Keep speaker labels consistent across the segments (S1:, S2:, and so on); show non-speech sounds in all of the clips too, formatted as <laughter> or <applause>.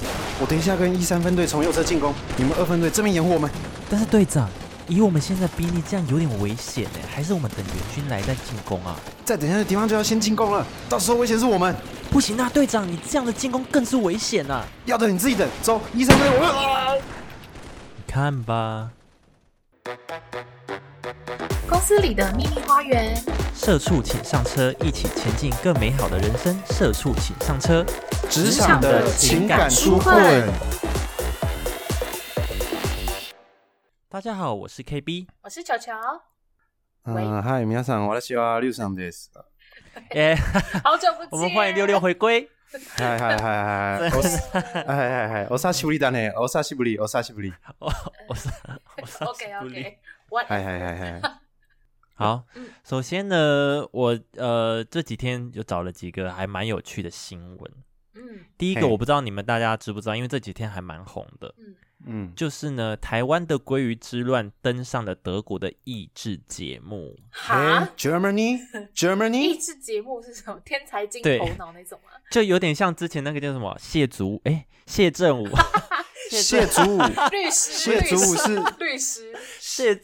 S1: 我等一下跟一三分队从右侧进攻，你们二分队正面掩护我们。
S2: 但是队长，以我们现在兵力，这样有点危险哎，还是我们等援军来再进攻啊？
S1: 再等一下，敌方就要先进攻了，到时候危险是我们。
S2: 不行啊，队长，你这样的进攻更是危险啊！
S1: 要等你自己等，走，一三分队，我们、啊
S2: 你看吧，
S3: 公司里的秘密花园，
S2: 社畜请上车，一起前进更美好的人生。社畜请上车，
S1: 职
S2: 场的情感
S3: 纾困。
S2: 大家好，我是 KB。
S3: 我是球球。喂
S1: 嗯，嗨，皆さん、私はリュウさんです。
S2: 耶、
S3: 好久不见，
S2: 哎 <laughs> 我们欢迎
S3: <laughs>
S2: 六六回归。
S1: 嗨嗨嗨嗨嗨，我是嗨嗨嗨，我是西布里丹呢，我是西布里，我是西布里，
S2: 我我是我是
S3: OK 嗯
S2: 苏丽
S3: OK，我
S1: 嗨嗨嗨嗨，
S2: 好
S3: 嗯，
S2: 首先呢，我呃这几天有找了几个还蛮有趣的新闻。
S3: 嗯
S2: 第一个
S1: 嘿
S2: 我不知道你们大家知不知道，因为这几天还蛮红的，
S3: 嗯，
S1: 嗯，
S2: 就是呢，台湾的鲑鱼之乱登上了德国的益智节目。
S3: 哈，
S1: g e r m a n y
S3: 益
S1: Germany，
S3: 智节目是什么？天才金
S2: 对
S3: 头脑那种吗？
S2: 就有点像之前那个叫什么谢祖哎、谢
S1: <laughs>
S2: 振武
S1: 谢祖武，
S3: <laughs> 律师，
S1: 谢
S3: 律
S1: 祖武
S3: 师，
S1: 是
S3: 律师，
S2: 谢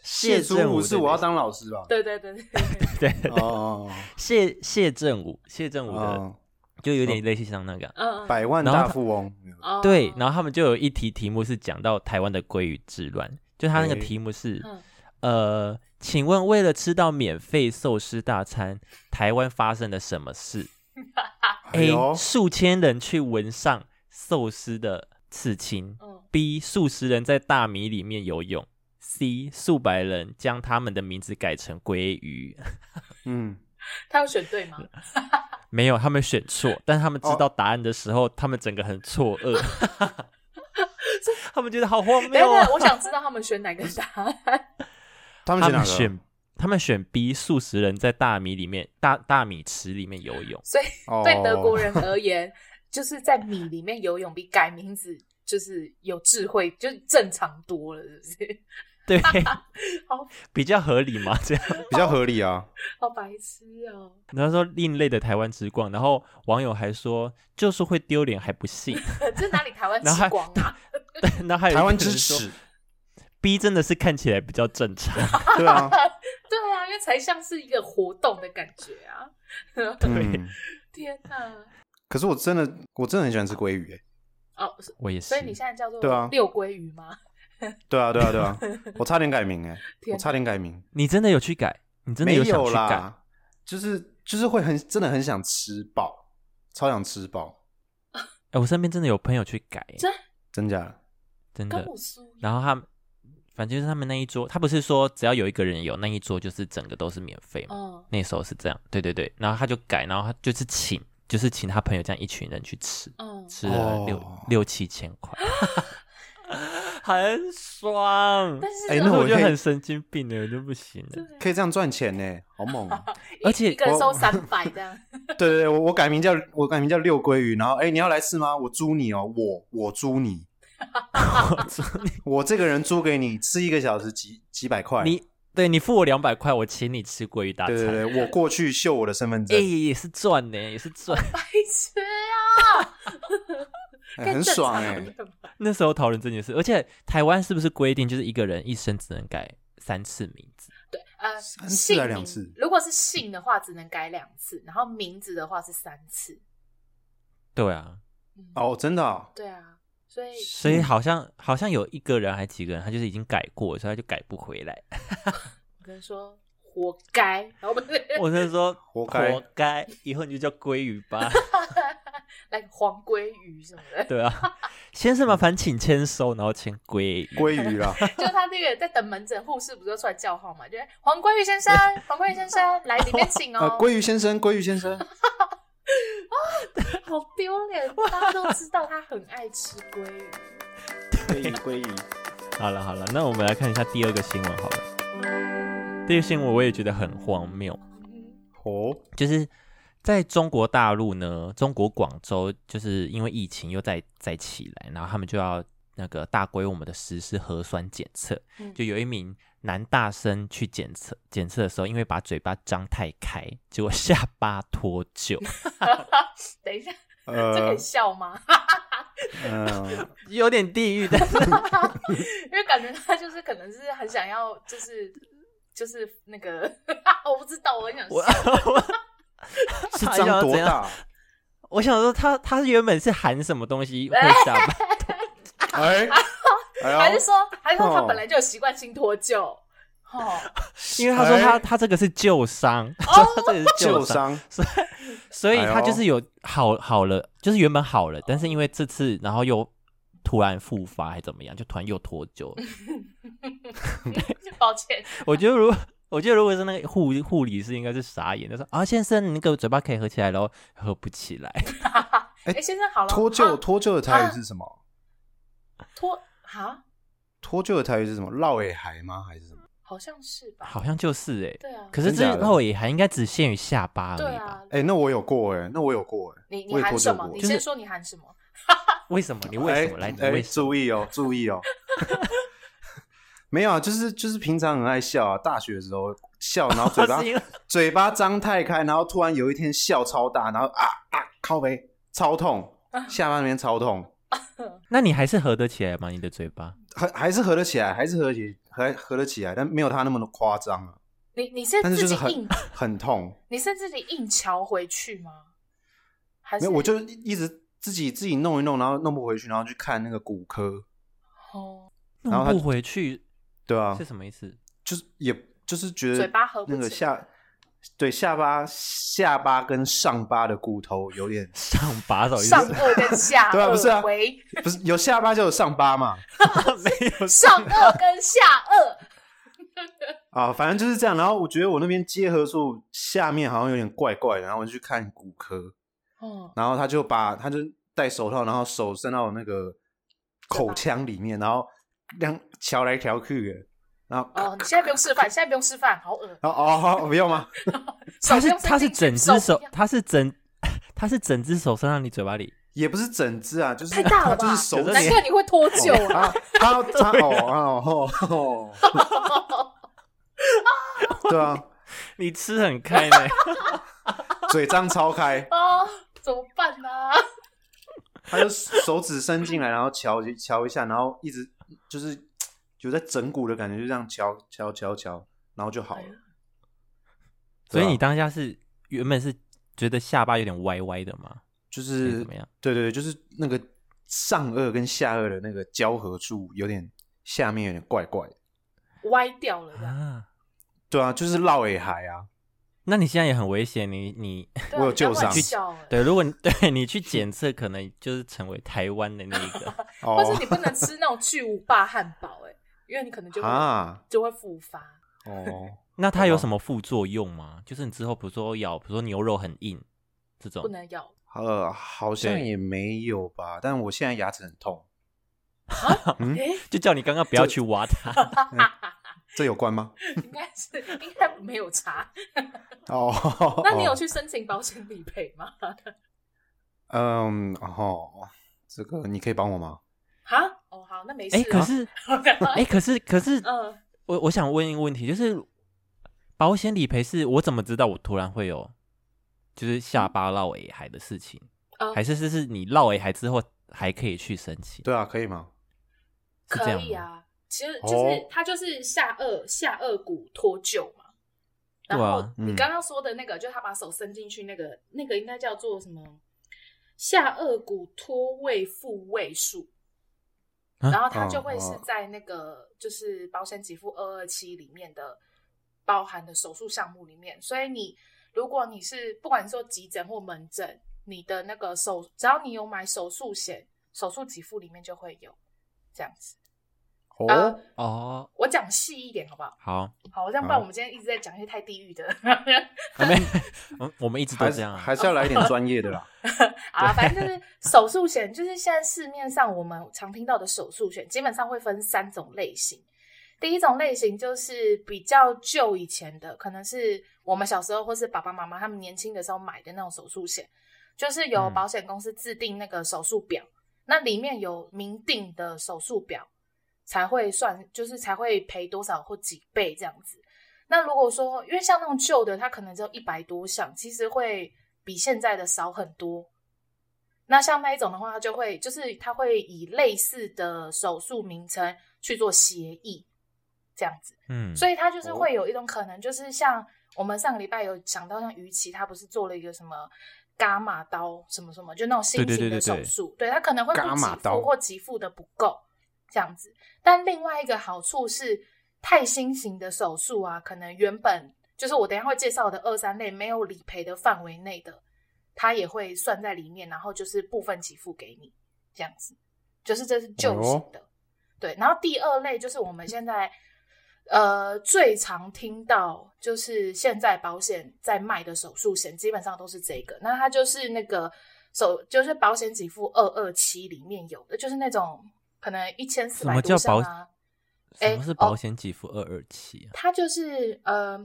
S1: 谢祖
S2: 振
S1: 武
S2: 武
S1: 是我要当老师吧？
S3: 对对对对对，
S2: 对对对
S1: 哦
S2: 谢谢振武谢振
S1: 哦
S2: 武的、
S1: 哦，
S2: 就有点类似像那个。
S3: 嗯，嗯
S1: 百万大富翁，
S3: 哦
S2: 对，然后他们就有一题题目是讲到台湾的鲑鱼之乱，就他那个
S1: 诶
S2: 题目是，
S3: 嗯
S2: 呃，请问为了吃到免费寿司大餐，台湾发生了什么事
S1: 哎
S2: ？A.
S1: 呦，
S2: 数千人去闻上寿司的刺青
S3: 嗯
S2: ；B. 数十人在大米里面游泳；C. 数百人将他们的名字改成鲑鱼。 <laughs>
S1: 嗯，
S3: 他有选对吗？
S2: 没有，他们选错，但他们知道答案的时候，他们整个很错愕，他们觉得好荒
S3: 等一下
S2: 谬啊！
S3: 我想知道他们选哪个答
S2: <laughs>
S3: 案。
S1: 他们
S2: 他
S1: 选哪
S2: 们
S1: 个？
S2: 选他们选 B 数十人在大米里面大大米池里面游泳，
S3: 所以
S1: 哦
S3: 对德国人而言，就是在米里面游泳比改名字就是有智慧，就是正常多了，是不是？
S2: 对
S3: 好，
S2: 比较合理嘛？这样，
S1: 比较合理啊。
S3: 好白痴哦！
S2: <laughs> 然后说另类的台湾之光，然后网友还说就是会丢脸还不信， <laughs>
S3: 这哪里台湾
S2: 然后
S3: 之
S2: 还
S3: 光啊？
S2: 对，然后还有
S1: 台湾
S2: 一个
S1: 之
S2: 人说
S1: 耻，
S2: B 真的是看起来比较正常，
S1: <laughs> 对
S2: <laughs>
S1: 啊，
S3: <laughs> 对啊，因为才像是一个活动的感觉啊！
S1: 嗯。
S3: 天哪！
S1: 可是我真的，我真的很喜欢吃鲑鱼，哎，
S3: 哦，
S2: 我也是
S3: 所以，你现在叫做
S1: 对啊
S3: 六鲑鱼吗？
S1: 对啊，对啊，对
S3: <laughs>
S1: 啊，我差点改名，哎，
S3: 天
S1: 我差点改名，
S2: 你真的有去改，你真的
S1: 没
S2: 想
S1: 有
S2: 去改，
S1: 啦，就是就是会很真的很想吃饱，超想吃饱，
S2: 哎，我身边真的有朋友去改，
S3: 真
S1: 真假的？
S2: 真
S3: 跟
S2: 的，
S3: 我苏
S2: 然后他们，反正就是他们那一桌，他不是说只要有一个人有那一桌，就是整个都是免费嘛。
S3: 嗯，
S2: 那时候是这样，对对对。然后他就改，然后他就是请，就是请他朋友这样一群人去吃，
S3: 嗯，
S2: 吃了六、
S1: 哦
S2: 六七千
S3: <laughs>
S2: 块， <laughs> 很爽。
S3: 但是
S1: 哎
S2: 但
S1: 那
S2: 是
S1: 我
S2: 我觉得
S1: 可以
S2: 很神经病欸的，我就不行了。
S1: 可以这样赚钱呢，好猛
S3: <laughs>
S1: 啊！
S3: 一
S2: 而且
S3: 一个人收
S1: 我
S3: 三百这样， <laughs>
S1: 对对对，我我改名叫我改名叫六鲑鱼，然后哎，你要来吃吗？我租你哦，我我租你，我这个人租给你吃一个小时几几百块，
S2: 你对你付我两百块，我请你吃鲑鱼大餐，
S1: 对对对，我过去秀我的身份
S2: 哎、
S1: 证，
S2: 也是赚呢，也是赚。
S3: 白痴啊！
S1: 哎很爽哎、
S3: 更正常了
S2: <laughs> 那时候讨论这件事，而且台湾是不是规定就是一个人一生只能改三次名字？
S3: 对，呃，
S1: 三次
S3: 姓
S1: 还是
S3: 名
S1: 两次
S3: 如果是姓的话，只能改两次，然后名字的话是三次。
S2: 对啊，
S3: 嗯，
S1: 哦，真的哦、
S3: 对啊，所以
S2: 所以好像好像有一个人还几个人，他就是已经改过，所以他就改不回来。
S3: 我跟你说，活该，然后不是
S2: <laughs> 我是说，
S1: 活该
S2: 活该，以后你就叫鲑鱼 <laughs> 吧。
S3: <laughs> 来个黄鲑鱼什么的，
S2: 对啊，先生麻烦请签收，然后签鲑鱼。
S1: 鲑鱼
S2: <laughs>
S1: 啦，
S3: <laughs> 就是他那个在等门诊，护士不是就出来叫号嘛，就是黄鲑鱼先生，黄鲑鱼先生，来里面
S1: <laughs>
S3: 请
S1: 呃
S3: 哦，，
S1: 鲑鱼先生，鲑鱼先生，
S3: <laughs> 好丢脸，大家都知道他很爱吃鲑鱼。
S1: <laughs> 鲑鱼，鲑鱼。
S2: 好了好了，那我们来看一下第二个新闻好了。第一个新闻我也觉得很荒谬，
S3: 嗯
S1: 哦，
S2: 就是在中国大陆呢，中国广州就是因为疫情又再再起来，然后他们就要那个大规模的实施核酸检测，
S3: 嗯
S2: 就有一名男大生去检测检测的时候，因为把嘴巴张太开，结果下巴脱臼。
S3: 等一下，这可
S1: 呃
S3: 以，笑吗？
S2: <laughs>
S1: 嗯，
S2: 有点地狱，但是
S3: 因为感觉他就是可能是很想要，就是就是那个， <laughs> 我不知道，我很想
S2: 我
S3: 笑
S2: 我
S1: <laughs> 是
S2: 他
S1: 张
S2: 要
S1: 多
S2: 怎样
S1: 大？
S2: 我想说他他原本是含什么东西会下班？
S1: <laughs>
S2: <laughs>
S1: 哎，哎
S3: 还
S1: 呦
S3: 是，说还是说他
S1: 哦
S3: 本来就有习惯性脱臼？哦， <laughs>
S2: 因为他说他
S1: 哎哦
S2: 他这个是旧伤， <laughs> 他说他这个是
S1: 旧
S2: 旧伤，
S1: 伤，
S2: 所以
S1: 哎呦
S2: 他就是有好好了，就是原本好了，但是因为这次然后又突然复发还怎么样，就突然又脱臼。
S1: <laughs>
S3: 抱歉，
S2: 我觉得如我觉得如果是那个护护理师应该是傻眼，就说啊先生你那个嘴巴可以合起来咯，合不起来。 <laughs>
S3: 哎、先生好了，
S1: 脱臼
S3: 啊
S1: 脱臼的台语是什么？
S3: 脱啊，
S1: 脱臼的台语是什么？绕尾海吗？还是什么？
S3: 好像是吧？
S2: 好像就是哎、
S3: 对啊，
S2: 可是
S1: 真
S2: 这
S1: 假的
S2: 肉也还应该只限于下巴而
S3: 对
S2: 已吧？
S3: 啊，
S1: 哎，那我有过哎，那我有过哎，
S3: 你
S1: 我
S3: 你
S1: 也
S3: 含
S1: 脱
S3: 什
S1: 臼
S3: 么？
S1: 过
S3: 你
S1: 就是
S3: 先说你含什么？
S2: 为什么？你为什么？来，你
S1: 哎
S2: 为什么？
S1: 注意哦，注意哦。 <laughs> 没有啊，就是就是平常很爱笑啊，大学的时候笑，然后哎嘴巴
S2: <laughs> 是因为
S1: 嘴巴张太开，然后突然有一天笑超大，然后啊啊靠背超痛，
S3: 啊
S1: 下巴那边超痛，
S2: 那你还是合得起来吗？你的嘴巴？
S1: 还还是合得起来，还是合得起合合得起来，但没有他那么的夸张啊，
S3: 你你是
S1: 但是就
S3: 自
S1: 是
S3: 己
S1: 很
S3: 硬，
S1: <laughs> 很痛。
S3: 你是自己硬瞧回去吗？还
S1: 没
S3: 是
S1: 有，我就一直自己自己弄一弄，然后弄不回去，然后去看那个骨科，
S3: 哦，
S1: 然后
S2: 弄
S1: 他
S2: 不回去
S1: 对啊
S2: 是，什么意思？
S1: 就是也就是觉得
S3: 嘴巴合不
S1: 那个
S3: 起
S1: 下对下巴下巴跟上巴的骨头有点 <laughs>
S2: 上把手意思
S3: 上颚跟下
S1: 对啊不是啊
S3: 颚，
S1: <laughs>
S3: 喂，
S1: 不是有下巴就有上巴嘛
S2: 没有
S3: 上颚跟下颚，
S1: 啊，反正就是这样。然后我觉得我那边结合处下面好像有点怪怪的，然后我就去看骨科，
S3: 哦，
S1: 然后他就把他就戴手套，然后手伸到我那个口腔里面，然后让瞧来瞧去的，然后
S3: 哦，你现在不用示范，现在不用示范，好
S1: <laughs>
S3: 恶。
S1: 然后哦好不用吗？
S2: 他
S3: 手
S2: 是
S3: 不用伸
S2: 他是
S3: 进去
S2: 整只手
S3: 不要，
S2: 他是整他是整只手伸到你嘴巴里，
S1: 也不是整只啊，就是
S3: 太大了吧
S1: 它 <laughs> 就是手
S2: 有
S1: 指
S2: 的
S3: 难怪你会脱臼
S1: 哦
S3: 啊！
S1: 啊，他他哦哦哦，
S3: <laughs>
S1: 对啊，
S2: 你吃很开呢。
S1: 嘴张超开，
S3: 啊，怎么办呢、啊？
S1: 他就手指伸进来，然后瞧一瞧一下，然后一直就是有在整骨的感觉，就这样瞧瞧瞧瞧，然后就好了。
S3: 哎
S2: 所以
S1: 对啊
S2: 你当下是原本是觉得下巴有点歪歪的吗？
S1: 就
S2: 还
S1: 是
S2: 哎怎么样？
S1: 对对对，就是那个上颚跟下颚的那个交合处有点下面有点怪怪的，
S3: 歪掉了这样，
S2: 啊，
S1: 对啊，就是落尾海啊，
S2: 那你现在也很危险，你你 <laughs>
S3: 对啊
S1: 我有
S3: 你不要
S1: 旧伤
S3: 乱笑欸
S2: 对，如果你 <laughs> 对你去检测，可能就是成为台湾的那一 <laughs> 个。
S3: 或是
S1: 哦
S3: 你不能吃那种巨无霸汉堡、欸，因为你可能就
S2: <laughs>
S3: 会、
S1: 啊
S3: 就会复发。
S1: 哦。
S2: 那它有什么副作用吗？就是你之后比如说咬，比如说牛肉很硬这种
S3: 不，能咬，
S1: 呃，好像
S2: 对
S1: 也没有吧，但我现在牙齿很痛，
S3: 哎、
S1: 嗯
S2: 就叫你刚刚不要去挖它。
S1: 这有关吗？
S3: <laughs> 应该是应该没有查。，
S1: 哦
S3: 那你
S2: 哦
S3: 有？去申请保险理赔吗？
S1: <laughs> 嗯，哦，这个你可以帮我吗？
S3: 啊，哦好，那没事
S2: 哎，
S3: 啊。
S2: 可是哎，可是可是
S3: <laughs> 嗯，
S2: 我我想问一个问题，就是保险理赔是我怎么知道我突然会有就是下巴落尾海的事情，
S3: 嗯哦
S2: 还是是是你落尾海之后还可以去申请？
S1: 对啊，可以吗？
S2: 是这
S3: 可
S2: 样
S3: 以
S2: 吗？
S3: 啊。其实就
S1: 哦
S3: 是它就是下颚下颚骨脱臼嘛。
S2: 对
S3: 然
S2: 啊
S3: 后
S1: 嗯
S3: 你刚刚说的那个，就他把手伸进去那个，那个应该叫做什么？下颚骨脱位复位术。
S2: 啊
S3: 然后它
S1: 哦
S3: 就会是
S1: 哦
S3: 在那个就是保险给付二二七里面的包含的手术项目里面，所以你如果你是不管说急诊或门诊，你的那个手只要你有买手术险，手术给付里面就会有这样子。
S1: 哦
S3: 呃，
S2: 哦，
S3: 我讲细一点好不好？
S1: <laughs>
S2: 好，
S3: 好，我这样
S1: 好
S3: 不然我们今天一直在讲一些太地狱的 <laughs>
S2: 啊没，我我们一直都
S1: 还
S2: 这
S1: 是
S2: 样啊。
S1: 还是要来一点专业的
S3: <laughs>
S1: 啦。
S3: 啊，反正就是手术险，就是现在市面上我们常听到的手术险，基本上会分三种类型。第一种类型就是比较旧以前的，可能是我们小时候或是爸爸妈妈他们年轻的时候买的那种手术险，就是由
S2: 嗯
S3: 保险公司制定那个手术表，那里面有明定的手术表，才会算，就是才会赔多少或几倍这样子。那如果说，因为像那种旧的，它可能只有一百多项，其实会比现在的少很多。那像那一种的话，它就会就是它会以类似的手术名称去做协议，这样子。
S2: 嗯，
S3: 所以它就是
S1: 哦
S3: 会有一种可能，就是像我们上个礼拜有讲到，像于琦他不是做了一个什么伽马刀什么什么，就那种新
S2: 对对
S3: 型
S2: 对
S3: 的
S2: 对
S3: 手
S2: 对
S3: 术，对他可能会不
S1: 伽马
S3: 给
S1: 刀
S3: 付或给付的不够这样子。但另外一个好处是，太新型的手术啊，可能原本就是我等一下会介绍的二三类没有理赔的范围内的，它也会算在里面，然后就是部分给付给你这样子，就是这是
S2: 哎
S3: 旧型的。对，然后第二类就是我们现在呃最常听到，就是现在保险在卖的手术险，基本上都是这个。那它就是那个手，就是保险给付二二七里面有的，就是那种可能一千四
S2: 什
S3: 百
S2: 么
S3: 多
S2: 叫
S3: 项
S2: 保
S3: 啊。？哎
S2: 什么是保险给付二二七啊？
S3: 它就是呃，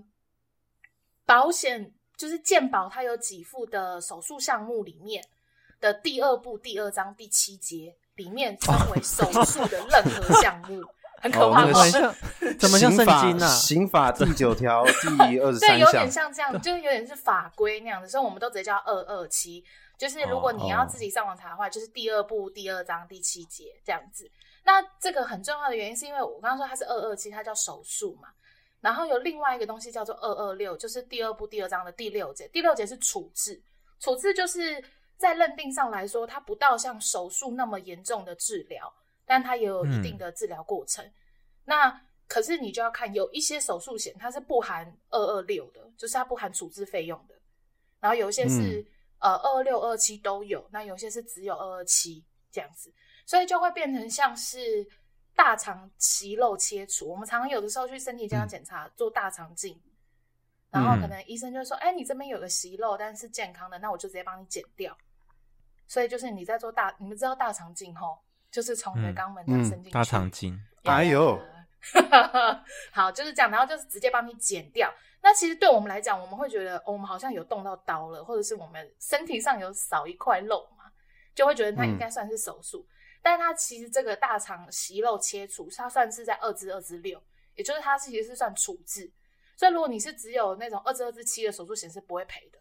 S3: 保险就是健保，它有给付的手术项目里面的第二部第二章第七节里面称为
S2: 哦
S3: 手术的任何项
S2: <laughs>
S3: 目，很可
S1: 哦
S3: 怕
S1: 那个
S3: 吗？
S1: 是
S2: 怎么像
S1: 刑
S2: 圣
S1: 法
S2: 经呢、啊
S1: 刑法第九
S3: <laughs>
S1: 条第二十
S3: 对，
S1: 三
S3: 有
S1: 项
S3: 点，像这样，就是有点是法规那样的，所以我们都直接叫二二七。就是如果你
S1: 哦
S3: 要自己上网查的话，就是第二部第二章第七节这样子。那这个很重要的原因是因为我刚刚说它是二二七，它叫手术嘛。然后有另外一个东西叫做二二六，就是第二部第二章的第六节。第六节是处置，处置就是在认定上来说，它不到像手术那么严重的治疗，但它也有一
S1: 嗯
S3: 定的治疗过程。那可是你就要看，有一些手术险它是不含二二六的，就是它不含处置费用的。然后有一些是、
S2: 嗯
S3: 呃二二六、二七都有，那有一些是只有二二七这样子，所以就会变成像是大肠息肉切除。我们常常有的时候去身体
S2: 嗯
S3: 健康检查、做大肠镜，然后可能医生就说：“哎、你这边有个息肉，但是健康的，那我就直接帮你剪掉。”所以就是你在做大，你们知道大肠镜吼，就是从你的
S2: 嗯
S3: 肛门这样
S1: 嗯
S3: 伸进去，
S2: 大肠经，
S1: 哎呦，
S3: <laughs> 好，就是这样，然后就是直接帮你剪掉。那其实对我们来讲，我们会觉得、哦我们好像有动到刀了，或者是我们身体上有少一块肉嘛，就会觉得它
S1: 嗯
S3: 应该算是手术。但它其实这个大肠息肉切除，它算是在二至二至六，也就是它其实是算处置。所以如果你是只有那种二至二至七的手术险是不会赔的。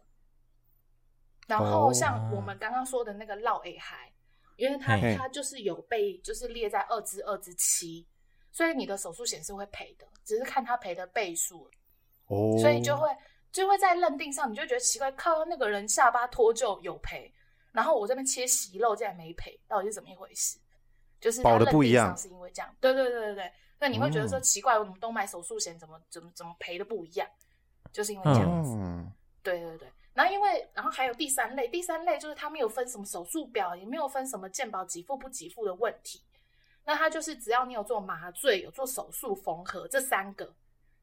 S3: 然后
S1: 哦
S3: 像我们刚刚说的那个绕 A 海，因为它
S1: 嘿
S3: 它就是有被就是列在二至二至七，所以你的手术险是会赔的，只是看它赔的倍数，
S1: 哦，
S3: 所以就会就会在认定上你就觉得奇怪，靠那个人下巴脱臼有赔，然后我这边切息肉竟然没赔，到底是怎么一回事？就是它
S1: 保得
S3: 认
S1: 不一
S3: 定上
S1: 样
S3: 是因为这样，对对对对对，那你会觉得说
S2: 哦
S3: 奇怪，我们动脉手术险怎么怎么怎么赔的不一样，就是因为这样子。
S1: 嗯，
S3: 对对对。然后因为，然后还有第三类，第三类就是它没有分什么手术表，也没有分什么健保给付不给付的问题。那它就是只要你有做麻醉、有做手术缝合这三个，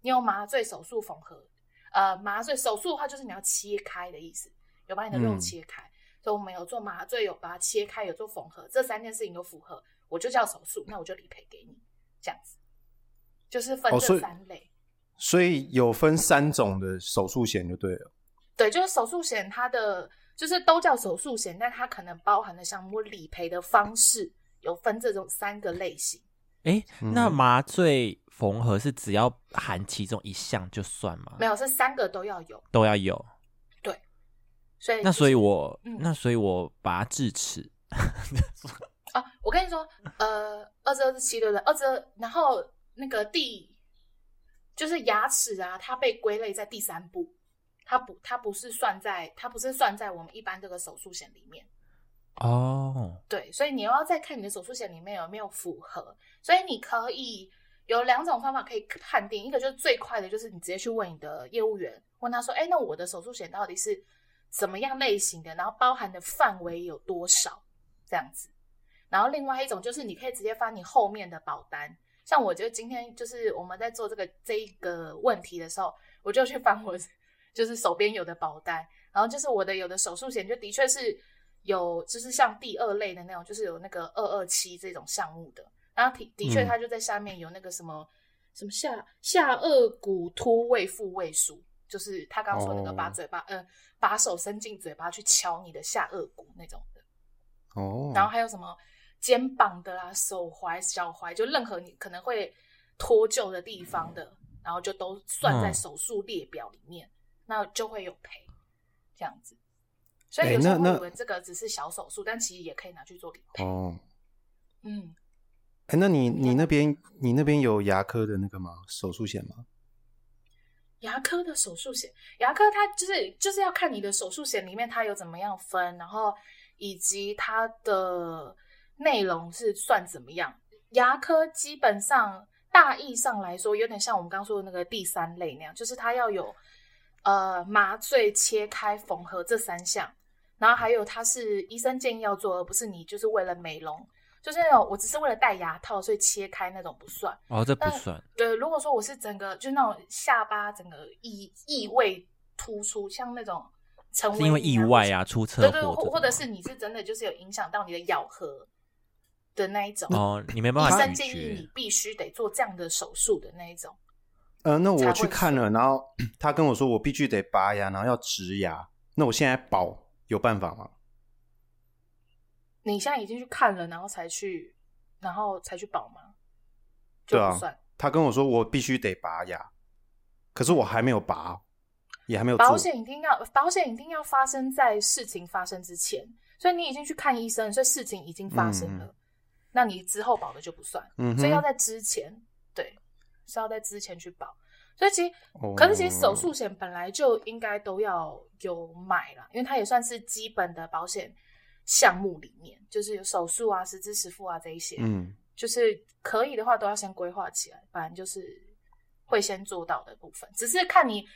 S3: 你有麻醉、手术缝合，呃，麻醉手术的话就是你要切开的意思，有把你的肉
S1: 嗯
S3: 切开。所以我们有做麻醉，有把它切开，有做缝合，这三件事情有符合，我就叫手术，那我就理赔给你，这样子，就是分
S1: 哦所
S3: 这
S1: 以
S3: 三类。
S1: 所以有分三种的手术险就对了，
S3: 对，就是手术险，它的就是都叫手术险，但它可能包含的项目理赔的方式有分这种三个类型。
S2: 哎、那
S1: 嗯
S2: 麻醉缝合是只要含其中一项就算吗？
S3: 没有，是三个都要有。
S2: 都要有。
S3: 所以就是、
S2: 那所以我，
S3: 嗯
S2: 那所以我拔智齿，
S3: 啊，我跟你说，呃，二十二至七对不对？二十二，然后那个第就是牙齿啊，它被归类在第三步，它不它不是算在它不是算在我们一般这个手术险里面。
S2: 哦，
S3: 对，所以你又要再看你的手术险里面有没有符合，所以你可以有两种方法可以判定，一个就是最快的，就是你直接去问你的业务员，问他说，哎，那我的手术险到底是怎么样类型的，然后包含的范围有多少，这样子。然后另外一种就是你可以直接翻你后面的保单，像我觉得今天就是我们在做这个这一个问题的时候，我就去翻我 <laughs> 就是手边有的保单，然后就是我的有的手术险就的确是有，就是像第二类的那种，就是有那个二二七这种项目的，然后的的确
S1: 嗯
S3: 它就在下面有那个什么、什么下下颚骨突位复位术，就是他刚刚说那个
S1: 哦
S3: 把嘴巴、呃把手伸进嘴巴去敲你的下颚骨那种的。
S1: 哦，
S3: 然后还有什么肩膀的啦、手踝、小踝，就任何你可能会脱臼的地方的，然后就都算在
S2: 嗯
S3: 手术列表里面，那就会有赔，这样子。所以有些
S1: 哎那
S3: 人会
S1: 那
S3: 以为这个只是小手术，但其实也可以拿去做理赔。
S1: 哦，
S3: 嗯，
S1: 哎，那你你那边你那边有牙科的那个吗？手术险吗？
S3: 牙科的手术险，牙科它就是就是要看你的手术险里面它有怎么样分，然后以及它的内容是算怎么样。牙科基本上大意上来说，有点像我们刚刚说的那个第三类那样，就是它要有呃麻醉、切开、缝合这三项，然后还有它是医生建议要做，而不是你就是为了美容，就是那种我只是为了戴牙套所以切开那种不算。
S2: 哦，这不
S3: 但
S2: 算，
S3: 对，如果说我是整个就那种下巴整个异异位突出，像那种成
S2: 是因为意外，啊，出车祸
S3: 对对，或
S2: 这种
S3: 或者
S2: 吗
S3: 是你是真的就是有影响到你的咬合的那一种，
S2: 哦，你没办
S3: 医
S2: 法
S3: 生
S2: 拒
S3: 建议你
S2: 绝，
S3: 必须得做这样的手术的那一种。
S1: 呃，那
S3: 才
S1: 我
S3: 会
S1: 去看了，然后 <clears throat> 他跟我说我必须得拔牙，然后要植牙。那我现在保有办法吗？
S3: 你现在已经去看了，然后才去，然后才去保吗？就
S1: 对啊
S3: 不算。
S1: 他跟我说我必须得拔牙，可是我还没有拔，也还没有做
S3: 保险一定要，保险一定要发生在事情发生之前，所以你已经去看医生，所以事情已经发生了，
S1: 嗯
S3: 那你之后保的就不算。
S1: 嗯哼
S3: 所以要在之前，对，是要在之前去保。所以其实，
S1: 哦
S3: 可是其实手术险本来就应该都要有买啦，因为它也算是基本的保险项目里面，就是有手术啊、实支实付啊这一些，
S1: 嗯，
S3: 就是可以的话都要先规划起来，反正就是会先做到的部分，只是看你。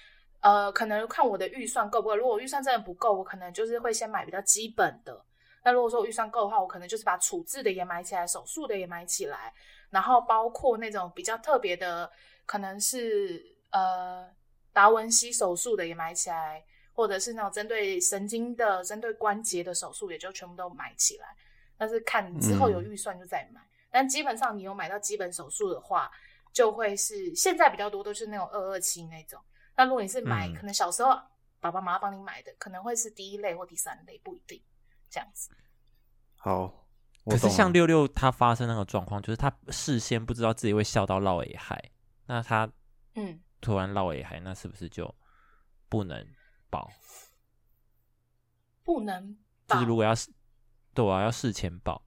S3: 呃，可能看我的预算够不够。如果我预算真的不够，我可能就是会先买比较基本的。那如果说我预算够的话，我可能就是把处置的也买起来，手术的也买起来，然后包括那种比较特别的，可能是呃达文西手术的也买起来，或者是那种针对神经的、针对关节的手术，也就全部都买起来。但是看你之后有预算就再买。但基本上你有买到基本手术的话，就会是现在比较多都是那种二二七那种。那如果你是买、
S2: 嗯
S3: 可能小时候爸爸妈妈帮你买的，可能会是第一类或第三类，不一定这样子。
S1: 好。我
S2: 可是
S1: 懂了
S2: 像六六他发生那个状况，就是他事先不知道自己会笑到落尾海，那他
S3: 嗯，
S2: 突然落尾海，那是不是就不能保？
S3: 不能保
S2: 就是如果要事对啊，要事前保，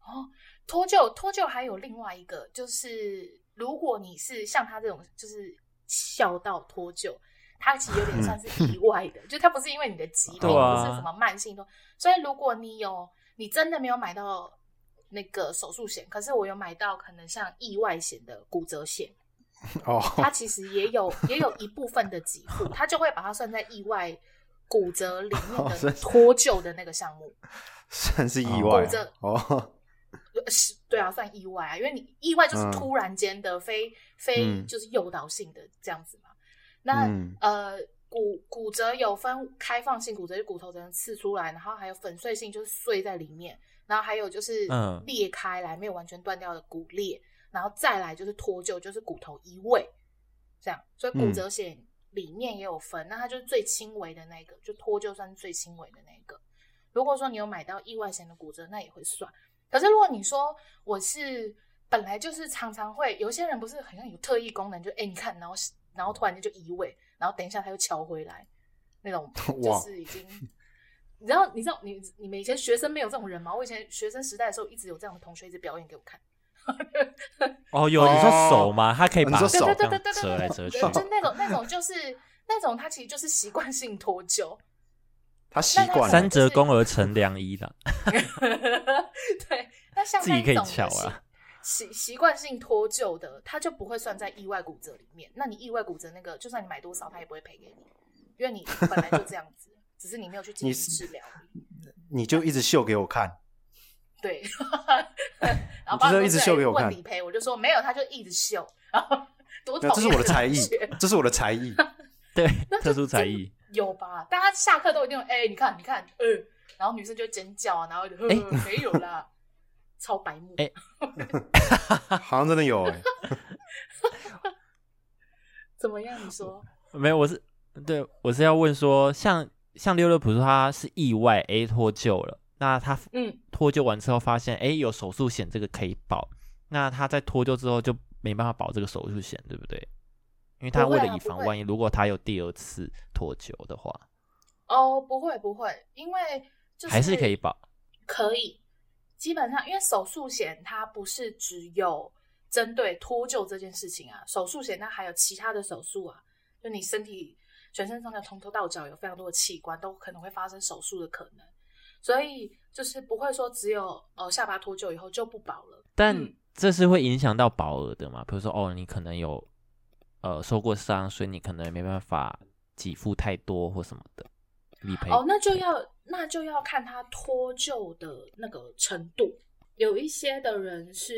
S3: 哦，脱臼脱臼还有另外一个，就是如果你是像他这种，就是笑到脱臼，它其实有点算是意外的，就它不是因为你的疾
S2: 嗯
S3: 病，
S2: 对
S3: 不
S2: 啊
S3: 是什么慢性痛。所以如果你有你真的没有买到那个手术险，可是我有买到可能像意外险的骨折险，
S1: 哦，
S2: 啊
S3: 它其实也有也有一部分的给付，它就会把它算在意外骨折里
S2: <laughs>
S3: 面
S1: 哦所
S3: 的
S1: 以
S3: 脱臼的那个项目。
S1: 算是意外
S3: 哦这
S1: 哦，
S3: 呃是，对啊，算意外啊，因为你意外就是
S1: 嗯
S3: 突然间的，非非
S1: 嗯
S3: 就是诱导性的这样子嘛。那、
S1: 嗯
S3: 呃，骨骨折有分开放性骨折，就骨头整个刺出来，然后还有粉碎性，就是碎在里面，然后还有就是
S2: 嗯
S3: 裂开来，没有完全断掉的骨裂，然后再来就是脱臼，就是骨头移位这样。所以骨
S1: 嗯
S3: 折险里面也有分，那它就是最轻微的那个，就脱臼算是最轻微的那个。如果说你有买到意外险的骨折，那也会算。可是如果你说我是本来就是常常会，有些人不是好像有特异功能，就哎、诶你看，然后然后突然间就移位，然后等一下他又敲回来，那种就
S1: 哇
S3: 是已经。你知道，你知道，你你们以前学生没有这种人吗？我以前学生时代的时候，一直有这样的同学一直表演给我看。
S2: 哦，有你说手吗？他可以
S1: 哦
S2: 把
S1: 你说
S2: 手
S1: 手
S2: 这
S3: 对
S2: 样
S3: 对对对
S2: 折来
S3: 对
S2: 折
S3: 对
S2: 去
S1: <laughs>
S3: 对，，就那种那种就是那种，他其实就是习惯性脱臼。
S1: 他习惯
S2: 三
S1: 了
S3: 三
S2: 折肱而成良医
S3: <laughs>
S2: 的，
S3: 对，那像
S2: 自
S3: 那
S2: 己
S3: 一
S2: 可以
S3: 种的
S2: 翘
S3: 习
S2: 啊，
S3: 习习惯性脱臼的，它就不会算在意外骨折里面。那你意外骨折那个，就算你买多少，它也不会赔给你，因为你本来就这样子， <laughs> 只是你没有去进
S1: 你
S3: 行
S1: 是
S3: 治疗而已。
S1: 你就一直秀给我看，
S3: <laughs>
S1: <laughs>
S3: 对，然后爸
S1: 你就
S3: 说
S1: 一直
S3: 对
S1: 秀给我
S3: 问
S1: 看
S3: 理赔，我就说没有，他就一直秀，然
S1: <laughs>
S3: 后多
S1: 那
S3: 讨
S1: 这是
S3: 厌
S1: 我的
S3: <laughs>
S1: 才艺
S3: 感觉，
S1: 这是我的才艺。
S2: 对，
S3: 那就
S2: 特殊才艺。
S3: 有吧？大家下课都一定有哎、你看，你看，呃，然后女生就尖叫啊，然后就
S1: 哎
S3: 呵呵没有
S1: <laughs>
S3: 啦，超白目。
S2: 哎
S1: 好像真的有哎、
S3: 怎么样？你说？
S2: 没有，我是对，我是要问说，像像六六，普如说他是意外 A 脱臼了，那他
S3: 嗯，
S2: 脱臼完之后发现，哎，有手术险这个可以保，那他在脱臼之后就没办法保这个手术险，对不对？因为他
S3: 不会
S2: 为
S3: 啊
S2: 了以防
S3: 不会
S2: 万一，如果他有第二次脱臼的话，
S3: 哦，不会不会，因为就是
S2: 还是可以保？
S3: 可以，基本上因为手术险它不是只有针对脱臼这件事情啊，手术险它还有其他的手术啊，就你身体全身上下从头到脚有非常多的器官都可能会发生手术的可能，所以就是不会说只有呃下巴脱臼以后就不保了。
S2: 但
S3: 嗯
S2: 这是会影响到保额的嘛？比如说，哦，你可能有呃受过伤，所以你可能没办法给付太多或什么的理赔。
S3: 哦，那就要那就要看他脱臼的那个程度。有一些的人是，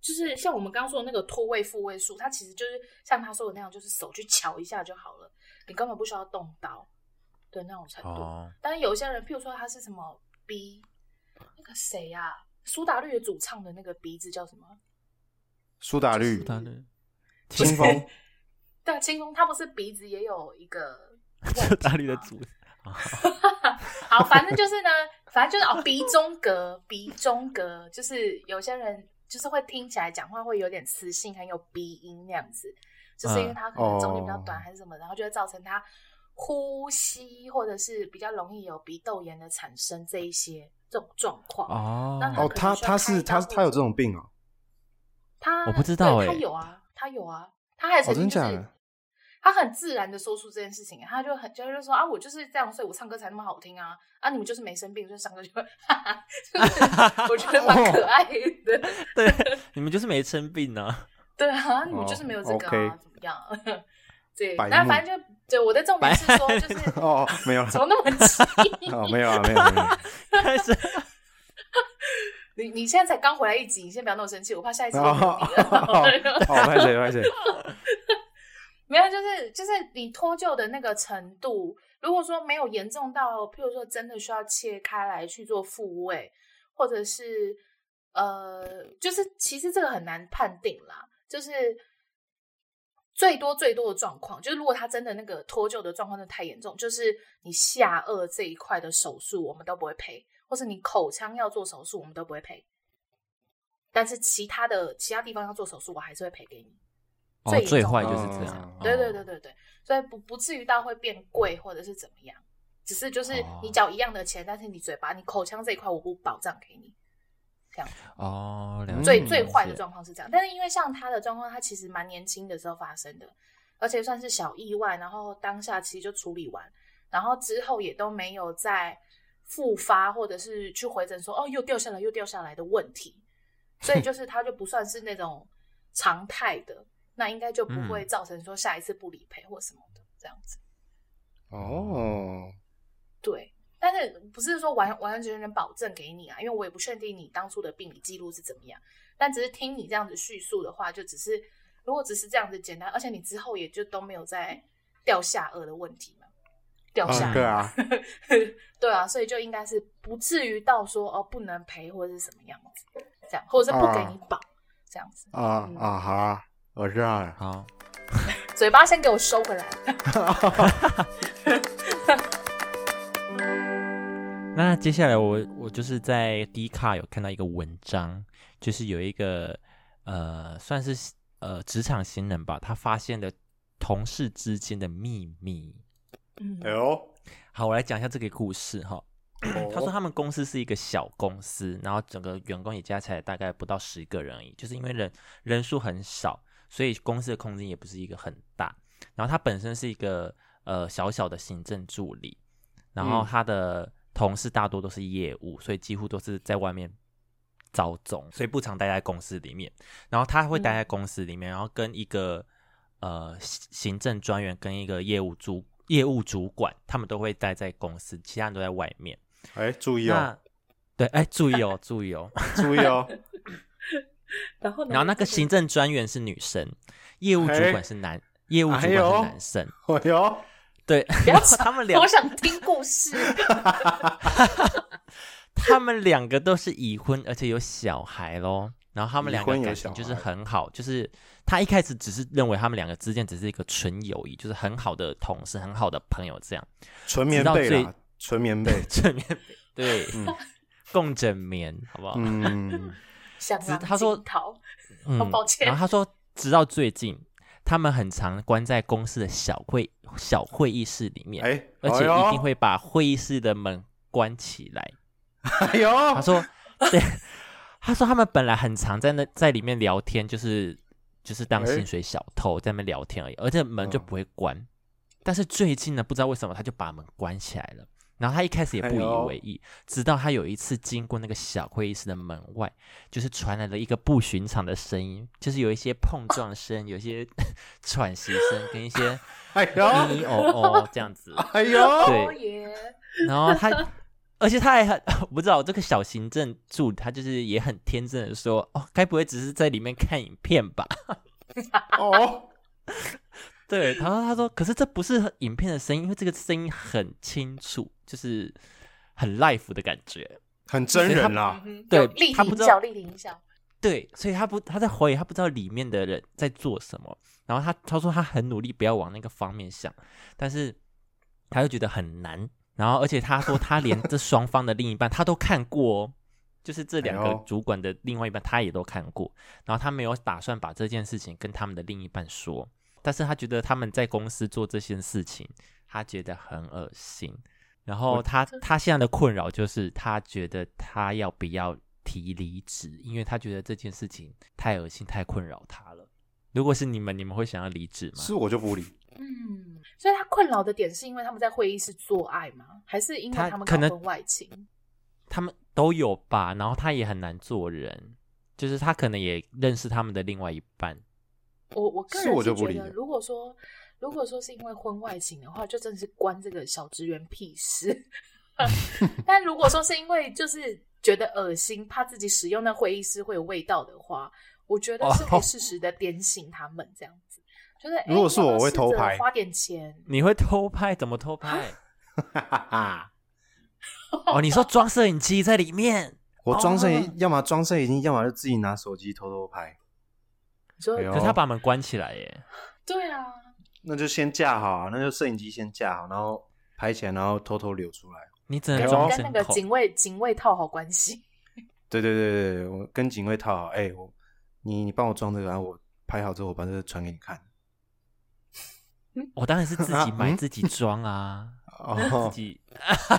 S3: 就是像我们刚刚说的那个脱位复位术，它其实就是像他说的那样，就是手去瞧一下就好了，你根本不需要动刀的那种程度。
S2: 哦，
S3: 但是有一些人，譬如说他是什么鼻，那个谁呀、苏打绿的主唱的那个鼻子叫什么？
S1: 苏打
S3: 就
S1: 绿
S2: <laughs>
S3: 是、
S2: 当然，
S1: 清风，
S3: 对，清风，他不是鼻子也有一个
S2: <laughs> 就大力的
S3: <laughs>
S2: 主
S3: 好，反正就是呢，反正就是哦，鼻中隔，鼻中隔，就是有些人就是会听起来讲话会有点磁性，很有鼻音那样子，就是因为
S2: 嗯
S3: 他可能中间比较
S1: 哦
S3: 短还是什么，然后就会造成他呼吸或者是比较容易有鼻窦炎的产生这一些这种状况。
S2: 哦
S3: 那
S1: 哦，
S3: 可
S1: 他
S3: 能需要
S1: 他
S3: 开
S1: 是
S3: 一
S1: 他
S3: 刀
S1: 是他有这种病
S3: <laughs>
S1: 哦，
S3: 他
S2: 我不知道
S3: 对他
S2: 欸
S3: 有啊，他有啊，他还曾
S1: 哦
S3: 经
S1: 真
S3: 就是、
S1: 假的
S3: 他很自然的说出这件事情，欸他就很就是说啊，我就是这样，所以我唱歌才那么好听啊，啊，你们就是没生病，所以唱歌就 <laughs> 会，哈哈，就是我觉得蛮
S1: 哦
S3: 可爱的，
S2: <laughs> 对，你们就是没生病呢、啊。
S3: 对啊，你们就是没有这个
S1: 哦
S3: 啊，
S1: OK
S3: 怎么样？ <laughs> 对，
S1: 白目
S3: 那反正就对我的重点是
S1: <laughs>
S3: 说，就是
S1: 哦，没有了
S3: 怎，么那么急？ <laughs>
S1: 哦，没有了，没有了，没有了。
S2: 但是
S3: 你你现在才刚回来一集，你先不要那么生气，我怕下一次又没有
S1: 哦
S3: 你了。 <laughs>
S1: 哦，拍谁拍谁？
S3: 没有，就是就是你脱臼的那个程度，如果说没有严重到，譬如说真的需要切开来去做复位，或者是呃，就是其实这个很难判定啦，就是最多最多的状况，就是如果他真的那个脱臼的状况真的太严重，就是你下颚这一块的手术我们都不会赔，或是你口腔要做手术我们都不会赔，但是其他的其他地方要做手术我还是会赔给你。
S2: 哦，
S3: 最
S2: 最
S3: 严重
S2: 坏
S3: 的
S2: 就是这样。
S3: 对对
S2: 哦
S3: 对对对，所以不不至于到会变贵或者是怎么样，只是就是
S2: 哦
S3: 你缴一样的钱，但是你嘴巴、你口腔这一块我不保障给你，
S2: 哦，了解
S3: 最、
S1: 嗯
S3: 最坏的
S2: 了解
S3: 状况是这样。但是因为像他的状况，他其实蛮年轻的时候发生的，而且算是小意外，然后当下其实就处理完，然后之后也都没有再复发或者是去回诊说哦又掉下来又掉下来的问题，所以就是他就不算是那种常态的，那应该就不会
S2: 嗯
S3: 造成说下一次不理赔或什么的这样子。 <laughs>
S1: 哦，
S3: 对，但是不是说完完完全全保证给你啊？因为我也不确定你当初的病理记录是怎么样，但只是听你这样子叙述的话，就只是如果只是这样子简单，而且你之后也就都没有再掉下颚的问题嘛，掉
S1: 啊
S3: 下颚、
S1: 对啊，
S3: 对啊，所以就应该是不至于到说哦不能赔或者是什么样子，这样或者是不
S2: 啊
S3: 给你保、这样子，
S1: 啊啊，好啊，我知道了。
S2: 好。
S3: 嘴巴先给我收回来。
S2: 那接下来我我就是在 D 卡有看到一个文章，就是有一个呃算是呃职场新人吧，他发现了同事之间的秘密。
S3: 嗯，
S1: 哎呦，
S2: 好，我来讲一下这个故事哈。 <coughs> 他说
S1: 哦
S2: 他们公司是一个小公司，然后整个员工也加起来大概不到十个人而已，就是因为人人数很少，所以公司的空间也不是一个很大。然后他本身是一个呃小小的行政助理，然后
S1: 嗯
S2: 他的同事大多都是业务，所以几乎都是在外面招总，所以不常待在公司里面。然后他会待
S1: 嗯
S2: 在公司里面，然后跟一个呃行行政专员跟一个业务主业务主管，他们都会待在公司，其他人都在外面。
S1: 哎，注意哦，
S2: 那对，哎，注意
S1: <laughs>
S2: 哦，注意哦。
S1: 注意
S2: <laughs>
S1: 哦，
S3: 然后呢？
S2: 然后那个行政专员是女生，业务主管是男，业务主管
S1: 哎呦
S2: 是男生。
S1: 哎呦，
S2: 对，
S3: 不
S2: <laughs>
S3: 要
S2: 然后
S3: 吵
S2: 他们两
S3: 我想听故
S2: <laughs>
S3: 事。
S2: 他们两个都是已婚，而且有小孩喽。然后他们两个
S1: 已婚有
S2: 感
S1: 小
S2: 情
S1: 孩
S2: 就是很好，就是他一开始只是认为他们两个之间只是一个纯友谊，就是很好的同事、很好的朋友这样。 <laughs>
S1: 纯棉被啦，纯棉被。
S2: 正面对，
S1: 嗯
S2: 共枕眠，好不好？
S1: 嗯，
S3: 想
S2: <laughs> 只他说
S3: 逃，
S2: 嗯
S3: 好抱歉
S2: 然后他说，直到最近，他们很常关在公司的小会小会议室里面，
S1: 哎，
S2: 而且
S1: 哎呦
S2: 一定，会把会议室的门关起来。
S1: <laughs> 哎呦，<laughs>
S2: 他说，对，他说他们本来很常在那在里面聊天，就是就是当
S1: 哎
S2: 薪水小偷在那边聊天而已，而且门就
S1: 嗯
S2: 不会关。但是最近呢，不知道为什么他就把门关起来了。然后他一开始也
S1: 哎
S2: 不
S1: 呦
S2: 以为意，直到他有一次经过那个小会议室的门外，就是传来了一个不寻常的声音，就是有一些碰撞声，有一些 <laughs> 喘息声，跟一些
S1: 哎
S2: 嘤
S1: 呦，
S2: 嘤哦哦这
S1: <laughs>
S2: 样子。
S1: 哎呦，
S2: 对
S3: 哦耶，
S2: 然后他，而且他还很 <laughs> 我不知道这个小行政助，他就是也很天真的说，哦，该不会只是在里面看影片吧？ <laughs>
S1: 哦，
S2: 对，然后他说，可是这不是影片的声音，因为这个声音很清楚，就是很 life 的感觉。
S1: 很真人啦、
S3: 嗯哼
S2: 对
S3: 有立
S2: 他
S3: 体
S2: 不
S3: 音
S2: 知
S3: 效，
S2: 道
S3: 立体音效，
S2: 对，所以他不他在怀疑，他不知道里面的人在做什么。然后他他说他很努力不要往那个方面想，但是他又觉得很难。然后而且他说他连这双方的另一半他都看过哦，就是这两
S1: 哎
S2: 个
S1: 呦
S2: 主管的另外一半他也都看过。然后他没有打算把这件事情跟他们的另一半说，但是他觉得他们在公司做这件事情，他觉得很恶心。然后他他现在的困扰就是，他觉得他要不要提离职，因为他觉得这件事情太恶心、太困扰他了。如果是你们，你们会想要离职吗？
S1: 是我就不理。 <laughs>
S3: 嗯，所以他困扰的点是因为他们在会议室做爱吗？还是因为
S2: 他
S3: 他们
S2: 可
S3: 搞
S2: 能
S3: 婚外情？
S2: 他们都有吧，然后他也很难做人，就是他可能也认识他们的另外一半，
S3: 我我个
S1: 是
S3: 人
S1: 我
S3: 是
S1: 就不
S3: 觉
S1: 理
S3: 得，
S1: 了
S3: 如果说如果说是因为婚外情的话，就真的是关这个小职员屁事。 <laughs> 但如果说是因为就是觉得恶心，怕自己使用那会议室会有味道的话，我觉得是可以适时的点醒他们这样子。就是诶
S1: 哦如果是我
S3: 要不要
S1: 我会偷
S3: 试着
S1: 拍
S3: 花点钱。
S2: 你会偷拍？怎么偷拍？
S3: <laughs>
S1: 哈哈哈！
S2: 哦，你说装摄影机在里面，
S1: 我装摄
S2: 哦
S1: 影，要么装摄影机，要么就自己拿手机偷偷拍。
S3: 你说、
S1: 哎呦
S2: 可是他把门关起来耶。
S3: 对啊，
S1: 那就先架好、啊，那就摄影机先架好，然后拍起来，然后偷偷流出来。
S2: 你只能
S3: 跟
S2: 装
S3: 跟
S2: 针
S3: 那个
S2: 孔，
S3: 警卫警卫套好关系。
S1: 对对对对对，我跟警卫套好，哎、我你你帮我装这个，然后我拍好之后，我把这个传给你看。
S2: 我当然是自己
S3: <laughs>
S1: 啊
S2: 买
S1: 嗯
S2: 自己装啊。
S1: 哦
S2: 自己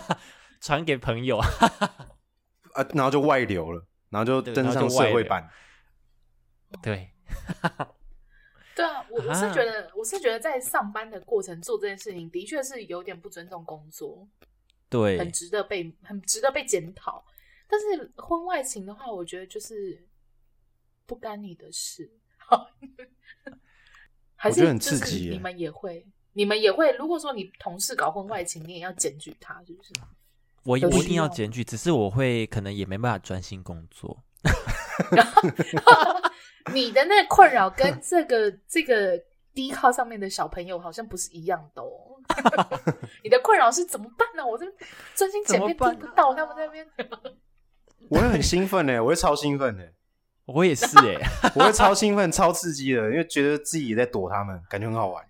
S2: <laughs> 传给朋友。
S1: 啊，然后就外流了，然后就
S2: 对
S1: 登
S2: 然后
S1: 上
S2: 就
S1: 社
S2: 外
S1: 会
S2: 流
S1: 版。
S2: 对，
S3: <laughs> 对啊，我我是
S2: 啊
S3: 觉得，我是觉得在上班的过程做这件事情，的确是有点不尊重工作，很
S2: 对，
S3: 值得被很值得被检讨。但是婚外情的话，我觉得就是不干你的事。 <laughs> 还是
S1: 我觉得很
S3: 就是
S1: 刺激耶
S3: 你们也会，你们也会。如果说你同事搞婚外情，你也要检举他，是不是？
S2: 我
S3: 有
S2: 我一
S3: 需
S2: 定要
S3: 要
S2: 检举，只是我会可能也没办法专心工作。
S1: <laughs>
S3: 你的那个困扰跟这个 <laughs> 这个低靠上面的小朋友好像不是一样的
S1: <laughs>
S3: 哦。你的困扰是怎么办呢、我这专心剪片
S2: 怎么办啊
S3: 听不到他们在
S1: <laughs>
S3: 那边。
S1: <laughs> 我会很兴奋欸呢、我会超兴奋的、
S2: 我也是哎、
S1: 我会超兴奋、超刺激的，因为觉得自己也在躲他们，感觉很好玩。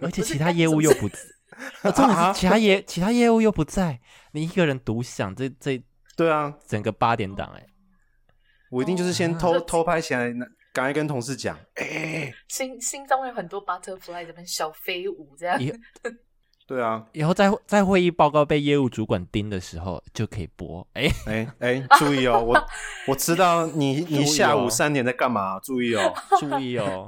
S2: 而且
S3: 不是
S2: 其
S3: 那
S2: 他
S3: 你
S2: 业
S3: 怎
S2: 务
S3: 么
S2: 又
S3: 知
S2: 不在，啊重点是其他业其他业务又不在，你一个人独享这这
S1: 对啊，
S2: 整个八点档哎、
S1: 我一定就是先
S2: 哦
S1: 偷
S3: 这
S1: 偷拍起来，那赶快跟同事讲。哎
S3: 心心中有很多 butterfly 这边小飞舞这样。
S2: 以
S1: 对啊，
S2: 以后在在会议报告被业务主管盯的时候就可以播哎、
S1: 哎、哎、注意哦，我我知道你
S2: 注意
S1: 你
S2: 哦
S1: 下午三点在干嘛，注意哦。
S2: 注意哦，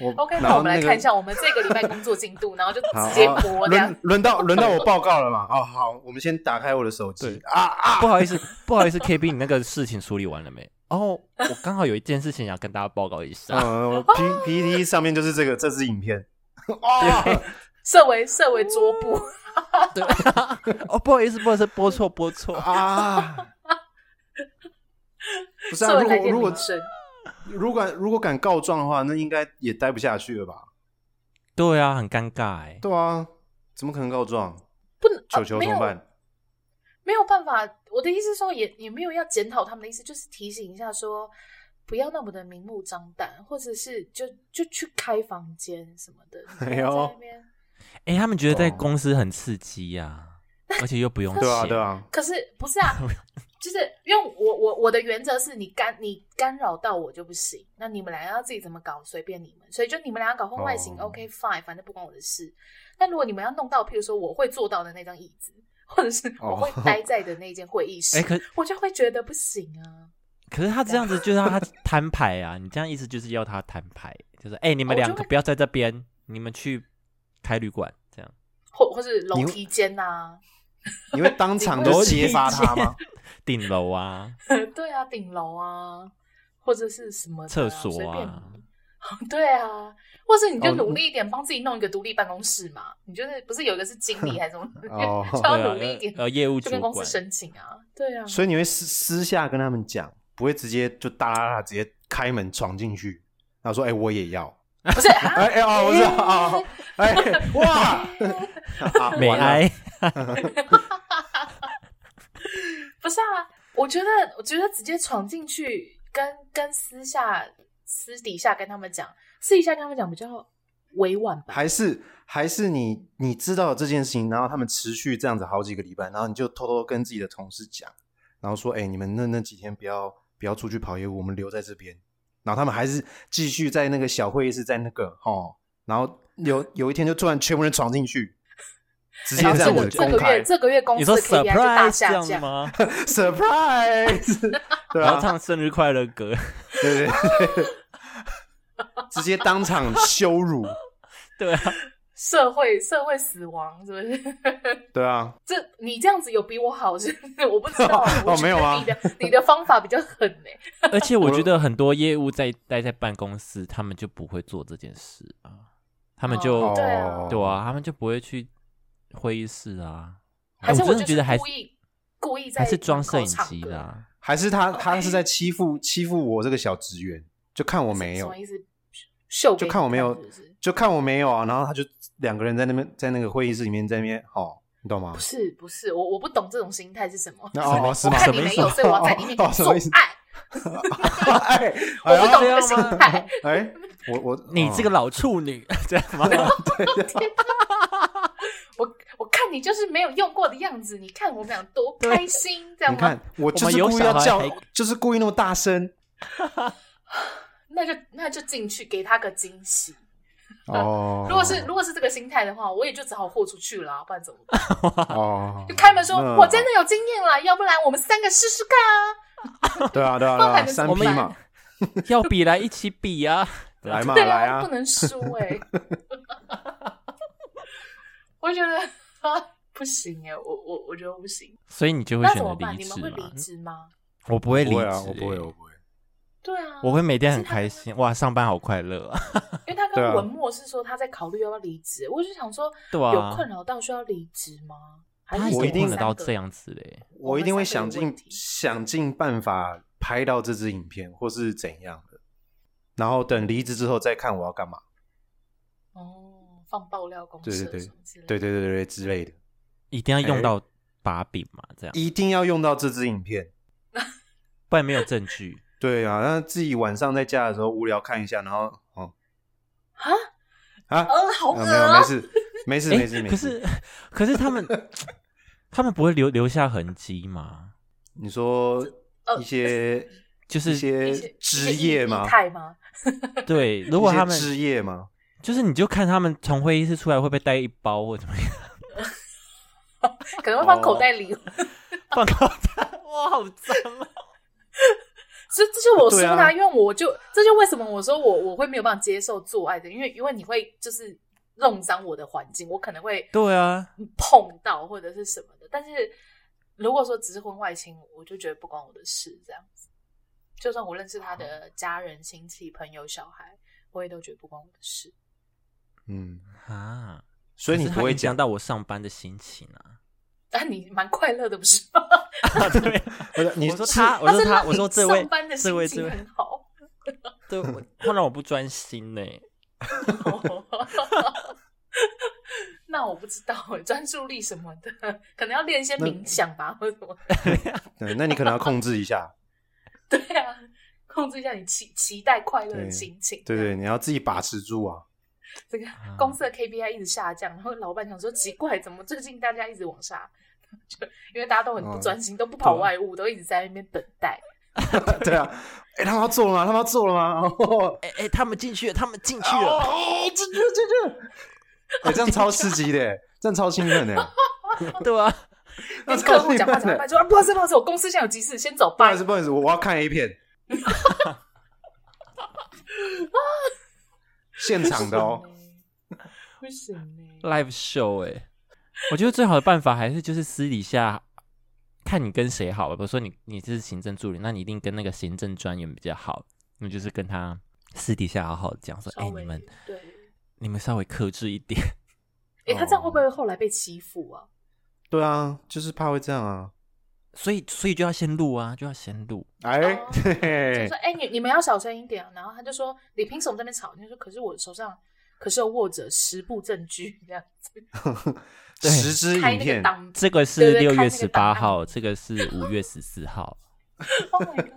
S1: 我
S3: <laughs> OK，
S1: 然
S3: 那
S1: 后
S3: 我们来
S1: 那个
S3: 看一下我们这个礼拜工作进度，然后就
S1: 好，
S3: 直接播
S1: 啊
S3: 这样
S1: 轮。轮到轮到我报告了嘛？哦，好，我们先打开我的手
S2: 对
S1: 机啊啊！
S2: 不好意思不好意思 KB 你那个事情处理完了没？哦，我刚好有一件事情要跟大家报告一下，
S1: 嗯我，P P T 上面就是这个这支影片。哦，
S3: 设为设为桌布，
S2: 对，哦不好意思不好意思播错播错，
S1: <laughs> 啊！不
S3: <laughs>
S1: 是啊，
S3: 设为
S1: 如果
S3: 来电
S1: 如果
S3: 铃声。
S1: 如果如果敢告状的话，那应该也待不下去了吧？
S2: 对啊，很尴尬哎、
S1: 对啊，怎么可能告状？
S3: 不能
S1: 球球
S3: 呃
S1: 怎
S3: 没
S1: 么
S3: 有
S1: 办？
S3: 没有办法，我的意思是说也也没有要检讨他们的意思，就是提醒一下说不要那么的明目张胆，或者是就就去开房
S1: <laughs>
S3: 间什么的，你不
S1: 哎
S3: 要
S1: 呦
S3: 在那边
S2: 哎、他们觉得在
S1: 哦
S2: 公司很刺激呀、啊而且又不用
S1: 对啊，
S2: 钱
S1: 对啊，
S3: 可是不是
S1: <laughs>
S3: 啊？就是因为我我我的原则是你干你干扰到我就不行，那你们俩要自己怎么搞随便你们，所以就你们俩搞婚外情、
S1: 哦
S3: o k fine，反正不关我的事。但如果你们要弄到，譬如说我会坐到的那张椅子，或者是
S1: 哦
S3: 我会待在的那间会议室，
S1: <laughs>
S2: 哎、可
S3: 我就会觉得不行啊。
S2: 可是他这样子就让他摊牌啊！你这样意思就是要他摊牌，就是哎、你们
S3: 我就
S2: 两个
S3: 会
S2: 不要在这边，你们去开旅馆
S1: <laughs>
S2: 这样。
S3: 或或是楼
S1: 你
S3: 梯间啊呐、
S1: 你会当
S2: <laughs>
S1: 场就揭发他吗？
S2: 顶楼
S3: <laughs>
S2: 啊，
S3: <laughs> 对啊，顶楼啊，或者是什么的啊
S2: 厕所
S3: 随便
S2: 啊，
S3: 你 <laughs> 对啊，或是你就
S1: 哦？
S3: 努力一点，帮自己弄一个独立办公室嘛。你就是不是有一个是经
S2: <laughs>
S3: 理还是什么
S1: 哦
S3: <laughs>
S2: 对
S3: 就要
S2: 啊
S3: 努力一点，，
S2: 呃呃，业务主
S3: 就跟公司
S2: 管，
S3: 申请啊。对啊，
S1: 所以你会私私下跟他们讲，不会直接就哒啦啦直接开门闯进去，然后说：“哎、我也要。
S3: 不是啊，
S1: 哎哎哦，我知道哦，哎
S2: <laughs>
S1: 哇，<laughs>
S2: 美
S1: 完了
S2: 哀，
S3: 不是啊。我觉得，我觉得直接闯进去跟跟私下私底下跟他们讲，私底下跟他们讲比较委婉吧。
S1: 还是还是你你知道这件事情，然后他们持续这样子好几个礼拜，然后你就偷偷跟自己的同事讲，然后说：“哎、你们那那几天不要不要出去跑业务，我们留在这边。”然后他们还是继续在那个小会议室，在那个哦，然后有有一天就突然全部人闯进去，直接
S3: 然后
S1: 这
S3: 这
S1: 样
S3: 个
S1: 子
S3: 这
S1: 公
S3: 个
S1: 开
S3: 月这个月公
S2: 你
S3: 司
S2: 说
S3: 的 KPI 就大
S2: surprise 这
S3: 下
S2: 样子
S1: <laughs>
S3: 降，
S2: 吗？
S1: surprise，对
S2: 然
S1: 啊
S2: 后，唱生日快乐歌， <laughs>
S1: 对对对对，直接当场羞辱，
S2: 对啊，
S3: 社会社会死亡是不是？ <laughs>
S1: 对啊，
S3: 这你这样子有比我好是不是？ <laughs> 我不知道，我
S1: 哦
S3: 觉得
S1: 没有啊
S3: 你的你的方法比较狠呢、
S2: 而且我觉得很多业务在待在办公室，他们就不会做这件事啊，他们就、
S3: 哦对啊
S2: 对啊，他们就不会去会议室啊。哎
S3: 还是
S2: 我真
S3: 就
S2: 的
S3: 是
S2: 觉得还
S3: 故意故意在
S2: 还是装
S3: 门口
S2: 摄影
S3: 唱
S2: 机
S3: 歌
S2: 的、啊。
S1: 还是他
S3: 哦
S1: 他
S3: 哎
S1: 是在欺负欺负我这个小职员，就看我没
S3: 什
S1: 有
S3: 么，意思？秀给
S1: 就
S3: 你
S1: 看我没有
S3: 是不是，
S1: 就看我没有啊，然后他就两个人在那边在那个会议室里面在那边，哦，你懂吗
S3: 不？是不是，我我不懂这种心态是什么。
S1: 那哦哦是
S3: 我
S1: 吗？
S3: 看你没有，所以我要在你面
S1: 哦
S3: 前做爱。
S1: <laughs> 哎，
S3: <laughs> 我不懂
S1: 哎
S3: 这个心态，
S1: 哎，我我
S2: <laughs> <laughs> 你这个
S1: 哦
S2: 老处女这样吗？
S3: 啊我我看你就是没有用过的样子。你看我们俩多开心，这样
S1: 你
S3: 吗
S1: 看？我就
S2: 我们
S1: 是
S2: 有
S1: 故意要
S2: 小孩
S1: 叫
S2: 还，
S1: 就是故意那么大声
S3: 那就那就进去给他个惊喜。
S1: 哦。
S3: 嗯如果是如果是这个心态的话，我也就只好豁出去了啊，不然怎么办？
S1: 哦
S3: <laughs> 就，开门
S1: <laughs>
S3: 说
S1: 那，
S3: 我真的有经验啦，要不然我们三个试试看啊。
S1: 对啊对啊
S3: 不
S1: 对
S3: 然
S1: 啊，
S3: 怎
S1: 三
S3: 么
S1: P
S3: 办
S1: 嘛，
S2: 要比来一起比啊！对
S1: <laughs>
S2: 啊
S1: 来嘛
S3: 对
S1: 来
S3: 不
S1: 啊，
S3: 能输哎、
S1: <laughs>
S3: 我觉得、 <laughs> 啊、不行哎、我我我觉得不行。
S2: <laughs> 所以你就会
S3: 那
S2: 选
S3: 怎么
S2: 择
S3: 办？
S2: 离
S3: 你
S2: 职
S3: 们会
S2: 嘛
S3: 离？职吗？
S2: <laughs> 我不会离
S1: 不
S2: 职
S1: 会
S2: 欸、
S1: 啊，我不会，我不会。
S3: 对啊，
S2: 我会每天很
S3: 可是他
S2: 开心，哇，上班好快乐啊！
S3: 因为他
S1: 对
S3: 跟
S1: 啊
S3: 文墨是说他在考虑要不要离职，我就想说，
S2: 对啊
S3: 有困扰到需要离职吗？还
S2: 他
S3: 是
S1: 我
S2: 已
S1: 一定
S2: 经困
S3: 得
S2: 得到这，样子嘞，
S3: 我
S1: 我一
S3: 们
S1: 定会
S3: 三
S1: 想
S3: 个有
S1: 尽
S3: 问题
S1: 想尽办法拍到这支影片，或是怎样的，然后等离职之后再看我要干嘛。
S3: 哦，放爆料公社
S1: 对对对
S3: 什么之类的
S1: 对对对对对之类的，
S2: 一定要用
S1: 哎
S2: 到把柄嘛，这样，
S1: 一定要用到这支影片。
S2: 不然没有证据。
S1: 对啊，那自己晚上在家的时候无聊看一下，然后哦
S3: 啊，
S1: 啊
S3: 嗯，好恶
S1: 啊没有
S3: 啊
S1: 没！事没
S3: <laughs>
S1: 事
S2: 哎
S1: 没事没
S2: 可
S1: 事。
S2: 是 <laughs> 可是他们他们不会留留下痕迹吗？
S1: 你说
S3: 呃
S1: 一些
S2: 就是
S1: 一些
S3: 一些
S1: 职业
S3: 一些
S1: 吗
S3: 仪？
S2: <laughs>
S3: 态吗？
S2: 对，如果他
S1: 一
S2: 们
S1: 些职业吗？
S2: 就是你就看他们从会议室出来会不会带一包或怎么样，
S3: 可能会放
S1: 哦
S3: 口袋里，
S2: 放到他， <laughs> 哇，好脏啊！
S3: <laughs> 这这就我说的、
S1: 对啊
S3: 因为我就这就为什么我说我我会没有办法接受做爱的，因为因为你会就是弄脏我的环境，我可能会
S2: 对啊，
S3: 碰到或者是什么的。但是如果说只是婚外情，我就觉得不关我的事这样子。就算我认识他的家人、亲戚、朋友、小孩，我也都觉得不关我的事。
S1: 嗯，
S2: 啊，
S1: 所以你
S2: 可是
S1: 不
S2: 它
S1: 会
S2: 影响
S1: 讲
S2: 到我上班的心情啊。
S3: 但你蛮快乐的，不是吗？
S2: 啊， <laughs> 对，
S1: 我说你
S2: 我说
S1: 是
S2: 他，
S3: <laughs>
S2: 我说
S3: 是让
S2: 他，
S3: 你
S2: 我说这位
S3: 上班的，
S2: 这
S3: 心
S2: 位，这
S3: 情啊
S2: 位
S3: 很，好。
S2: 对， <laughs> 我他让我不专心呢。
S3: <laughs> 那我不知道欸专注力什么的，可能要练一些冥想吧，或者什么。
S1: 对，那你可能要控制一下。
S3: 对啊，控制一下你期期待快乐的心情。
S1: 对
S3: <laughs>
S1: 对，你要自己把持住啊。 <laughs>
S3: 这个公司的 KPI 一直下降，然后老板想说奇怪，怎么最近大家一直往下？就因为大家都很
S1: 嗯
S3: 不专心，都不
S1: 啊
S3: 跑外务，都一直在那边等待。
S1: 对啊，哎、他们要做了吗？他们要做了吗？ <laughs> 哦，
S2: 哎、哎，他们进去了，他们进去了，
S1: 哦，这这这这，哎、这样超刺激的，这样超兴奋的，
S3: 哦
S2: <laughs> 对啊，
S1: 那
S3: <laughs> 跟
S1: <laughs>
S3: 客
S1: 超
S3: 户
S1: 兴
S3: 讲话
S1: 奋
S3: 讲
S1: 的
S3: 话。说啊，不好意思，不好意思，我公司现在有急事，先走
S1: 不
S3: 吧
S1: 好意。思，不好意思，我我要看 A <laughs> 片。现场的哦，
S3: 不行欸呢，
S2: live show <laughs> 哎、 <laughs> 我觉得最好的办法还是就是私底下看你跟谁好吧。比如说你你是行政助理，那你一定跟那个行政专员比较好，你就是跟他私底下好好讲说，哎、
S3: 稍微
S2: 你们
S3: 对，
S2: 你们稍微克制一点。
S3: 哎，他这样会不
S1: 哦
S3: 会后来被欺负啊？
S1: 对啊，就是怕会这样啊。
S2: 所以所以就要先录啊，就要先录。
S1: 哎
S3: 哦，
S1: 嘿
S3: 就
S1: 嘿
S3: 说，哎，你你们要小声一点啊。然后他就说，你凭什么在那边吵？你就说，可是我手上可是有握着十部证据，这样子
S2: 对
S1: 十支
S3: 开
S1: 影
S3: 那个
S1: 片，
S3: 档
S2: 这个
S3: 对
S2: 是
S3: 对
S2: 六
S3: 看
S2: 月
S3: 那个
S2: 十
S3: 档
S2: 八
S3: 案
S2: 号，这个是五月十四号， <laughs>
S3: ，Oh my god！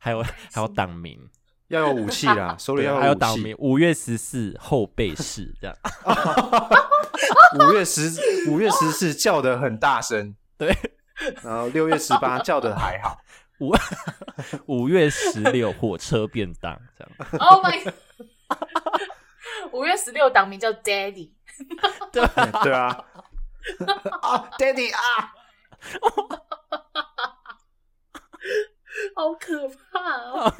S3: <laughs>
S2: 还有还有党名，
S1: 要有武器 <laughs> 啦，手里要
S2: 还有
S1: 武
S2: 党
S1: 器
S2: 名。。五月十四后背式这样。
S1: 五月十五月十四叫的很大声，
S2: 对，
S1: 然后六月十 <laughs> 八叫的还好，
S2: 五五月十六火车便当这
S1: <laughs>
S2: 样， <laughs>
S3: Oh my！五 <laughs> 月十六党名叫 Daddy， <laughs>
S1: 对啊， <laughs> 啊，Daddy 啊，
S3: 好可怕哦！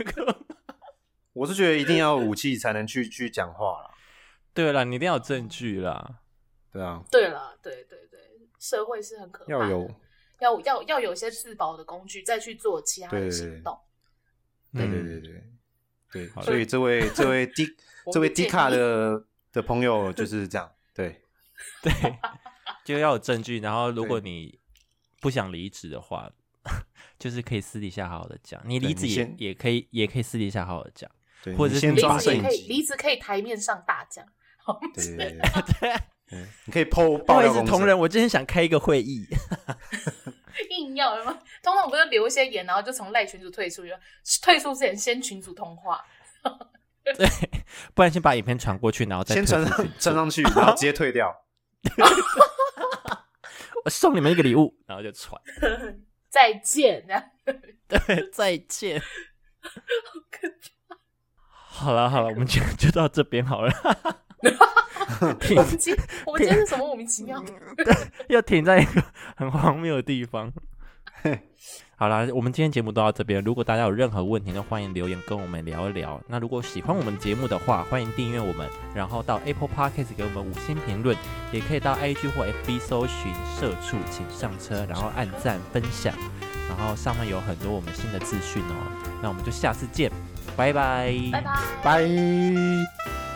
S1: 我是觉得一定要有武器才能去去讲话啦，
S2: 对了，你一定要有证据啦。
S1: 对啊，
S3: 对了，对对对，社会是很可怕的，
S1: 要有，
S3: 要要要有一些自保的工具，再去做其他的
S1: 对
S3: 行动。
S1: 对对
S2: 嗯
S1: 对对对，
S2: 好
S1: 所以这位这位 D
S3: 我们
S1: 这位
S3: 建
S1: D
S3: 议
S1: 卡的的朋友就是这样，对，
S2: <laughs> 对，就要有证据。然后，如果
S1: 对
S2: 你不想离职的话， <laughs> 就是可以私底下好好的讲。你离
S1: 对
S2: 职
S1: 你
S2: 也
S1: 先
S2: 也可以，也可以私底下好好的讲。
S1: 对
S2: 或者
S1: 你
S2: 是
S1: 先
S2: 你
S3: 离
S1: 抓
S3: 职
S1: 摄
S3: 也
S1: 影
S3: 可以，离
S1: 机，
S3: 职可以台面上大讲。
S1: 对对对对，对你可以 PO 爆
S2: 啊好意
S1: 料
S2: 思，
S1: 公司
S2: 同仁，我今天想开一个会议。
S3: <laughs> 硬要有没有通常不是留一些言，然后就从赖群主退出，就退出之前先群主通话，
S2: 对，不然先把影片传过去，然后再
S1: 先传
S2: 退出
S1: 上
S2: 去
S1: 传上去，然后直接退掉，
S2: 我送你们一个礼物，然后
S1: <laughs>
S2: 就传。
S3: 再见这样。
S2: 对，再见。好了好了，我们就就到这边好了。停
S3: 我们今我们今天是什么莫名其妙的？
S2: 要停在一个很荒谬的地方。 <laughs> 好啦，我们今天节目都到这边。如果大家有任何问题，都欢迎留言跟我们聊一聊。那如果喜欢我们节目的话，欢迎订阅我们，然后到 Apple Podcast 给我们五星评论，也可以到 IG 或 FB 搜寻“社畜请上车”，然后按赞分享，然后上面有很多我们新的资讯哦。那我们就下次见，拜拜，
S3: 拜拜。
S1: 拜。